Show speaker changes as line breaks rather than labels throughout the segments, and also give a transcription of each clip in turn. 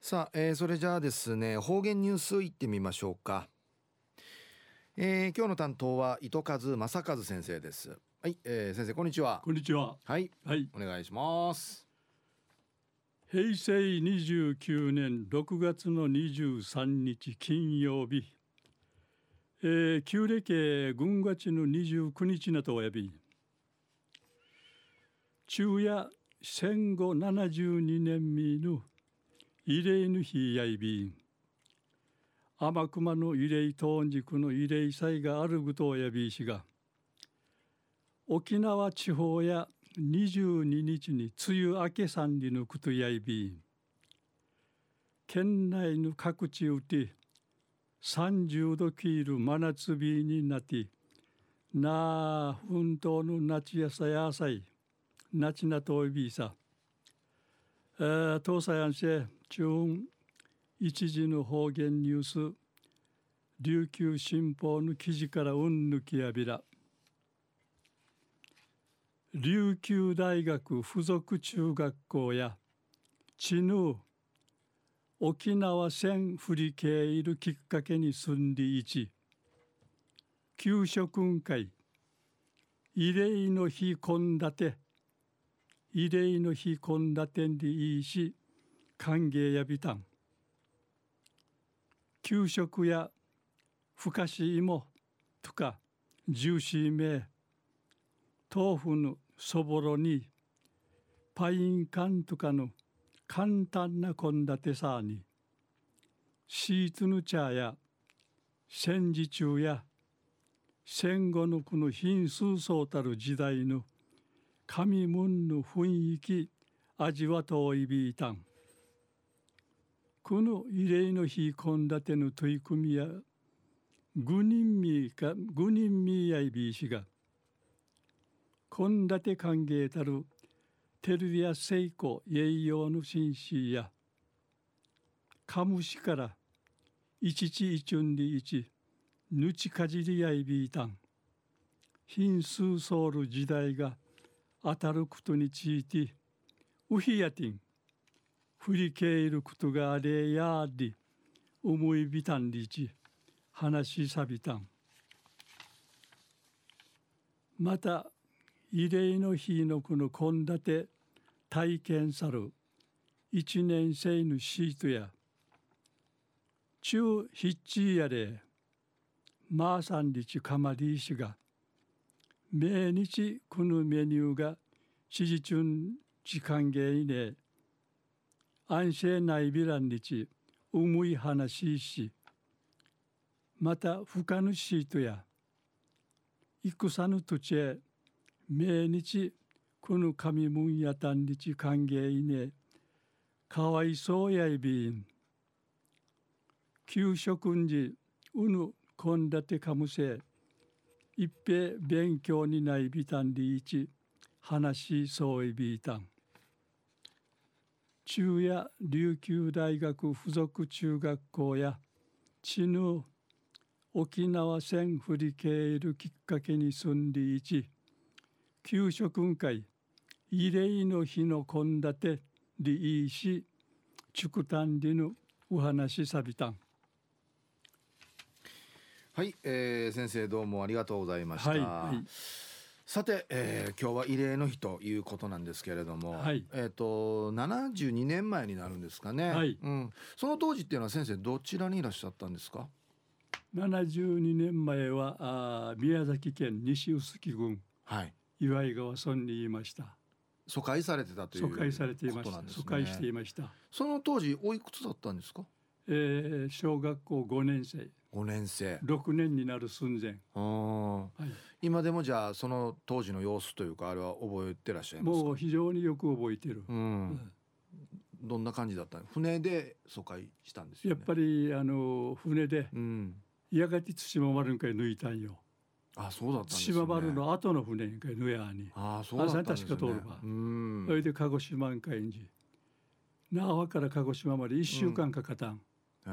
さあ、えーそれじゃあですね方言ニュースいってみましょうか、えー今日の担当は糸数正和先生ですはい、えー先生こんにちは
こんにちは。
はい
はい。
お願いします
平成29年6月の23日金曜日。えー、旧暦軍がちの29日なとおやび。昼夜戦後72年みぬ慰霊の日やいび。天熊の慰霊当軸の慰霊祭があることおやびいしが。沖縄地方や22日に梅雨明けさんにぬくとやいび県内の各地うて30度切る真夏日になってなあ奮闘の夏やさやさいなちなといびいさえー東西安市中央一時の方言ニュース琉球新報の記事からうんぬきやびら琉球大学附属中学校や知能沖縄戦振り系いるきっかけに住んでいち給食運会慰霊の日献立慰霊の日献立んでいいし歓迎やびたん給食やふかし芋とかジューシーめ豆腐のそぼろにパイン缶とかの簡単な献立さにシーツの茶や戦時中や戦後のこの貧数そうたる時代の神もんの雰囲気味わといびいたんこの慰霊の日献立の取り組みや愚人みか愚人みやいびいしが献立歓迎たるテルや聖子栄養の紳士やカムシから一ち一んり一ぬちかじりやいびいたん貧数ソウル時代が当たることについてウヒヤティン振り返ることがあれやあり思いびたんりち話しさびたんまた慰霊の日のこの献立体験さる一年生のシートや中ヒッチーやれマーサンリチカマリーシが毎日このメニューが指示中時間限いね安静ないびらんりち重い話しまた深のシートや戦の土地へ命日この神もんやたん日歓迎いねかわいそうやいびん給食んじうぬ献立かむせ一平勉強にないびたんりいち話しそういびいたん中夜琉球大学附属中学校や知ぬ沖縄戦振り返るきっかけに住んでいち給食運会慰霊の日の献立でいいし竹炭でのお話さびたん
はい、えー先生どうもありがとうございました、
はいはい
さて、えー今日は慰霊の日ということなんですけれども、
はい
えっ、と72年前になるんですかね、
はい
うん、その当時っていうのは先生どちらにいらっしゃったんですか
72年前はあー宮崎県西臼杵郡
はい
岩井川村にいました
疎開されてたという
疎開されていまし
ことな
た、
んですね
疎開していました、
その当時おいくつだったんですか
えー小学校5年生
5年生
6年になる寸前、
うん
はい
今でもじゃあその当時の様子というかあれは覚えてらっしゃいますか
もう非常によく覚えてる、
うん、どんな感じだったの船で疎開したんです
や
よ
っ
ね
ぱりあの船で
うん
やがて対馬丸んかい抜いたんよ
あそうだったんです
対
ね
馬丸の後の船んかい抜やに
ああそうだったんですね
あそれ確か通れば
うん
それで鹿児島んかいんじ那覇から鹿児島まで1週間かかたん、
へえ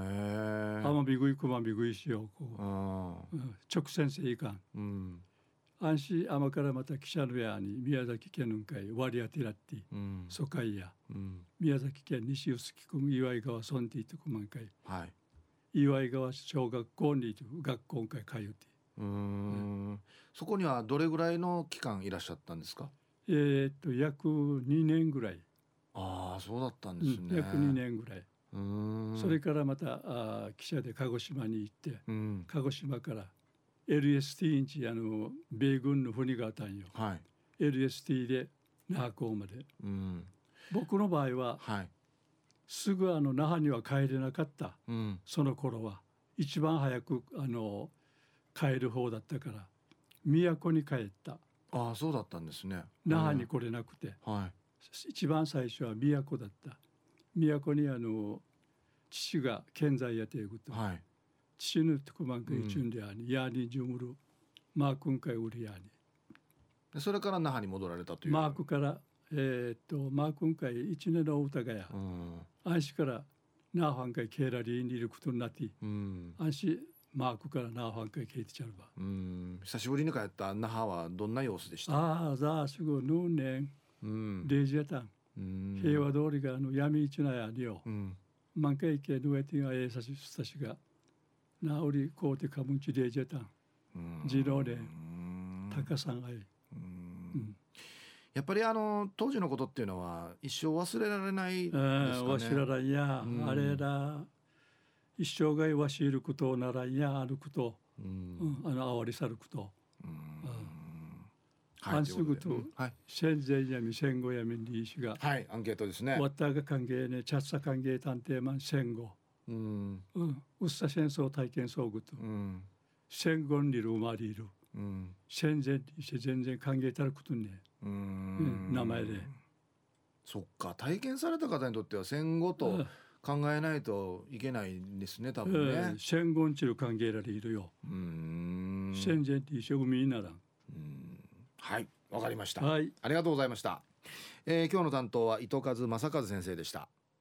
奄美食い熊美食いしようこう、
あ
うん直線性いかん
ーうん
安心奄からまた汽車のやに宮崎県んかい割り当てらって
うん
疎開や
うん
宮崎県西臼木区岩井川村でいとこ満開
はい。
岩井川小学校にいと学校会通って
うーん。そこにはどれぐらいの期間いらっしゃったんですか。
えーっと約2年ぐらい、
ああ、そうだったん
う
です
ん
ね。
約2。年ぐらい、
うーん。
それ。からまたあー汽車で鹿児島に行って
うん。
鹿児島から LST インチあの米軍の船があったんよ
はい。
LST で那覇港まで
うん。
僕の場合は
はい。
すぐあの那覇には帰れなかった
うん。
その頃は一番早くあの帰る方だったから都に帰った
ああ、そうだったんですね。
那覇に来れなくて、
うん。はい。
一番最初は都だった都にあの父が健在やていうこと、
はい。
父の特番会中であに、やにじゅむるマー君会売りや
でそれから那覇に戻られたとい
に
う。
マーク。からえーっとマー君会一年の歌がや、
うん。
安心からナーハン会ケーラリーにいることになって
うん。
安心マークからナーハン会ケーティちゃうば
うん。久しぶりに帰った那覇はどんな様子でした。
ああざあすぐぬんねん
うん。
レジやたん
うん
平和。通りがあの闇市なやによ
うん。
満開系のやてがええさしすたしがなおりこうてかむんちレジやたん
うん
自動で
うん
高さんあいうん
やっぱりあの当時のことっていうのは一生忘れられないです
あ
かね。
あわしららんや
うん
あれら一生涯わしいることならんやあること
うん
うんあのあわり去ること
うん
あ
はい
ん
ということで
すぐと
うんはい
戦前やみ戦後やみにいしが
はいアンケートですね
わ。ったが歓迎ね、チャッサ歓迎探偵マン戦後、
うん
うん、ウッサ戦争体験遭遇と
う、ん
戦後にいる生まれいる、
うん
戦前にして全然歓迎たることにね、
う
うん
ん
名前で。
そっか体験された方にとっては戦後
うん
と考えないといけないんですね多
え
分ね
ー。戦後にいる歓迎られいるよ、
うん
戦前に一緒組にならん。
うんはいわかりました。
はい。
ありがとうございました。えー今日の担当は伊藤和正和先生でした。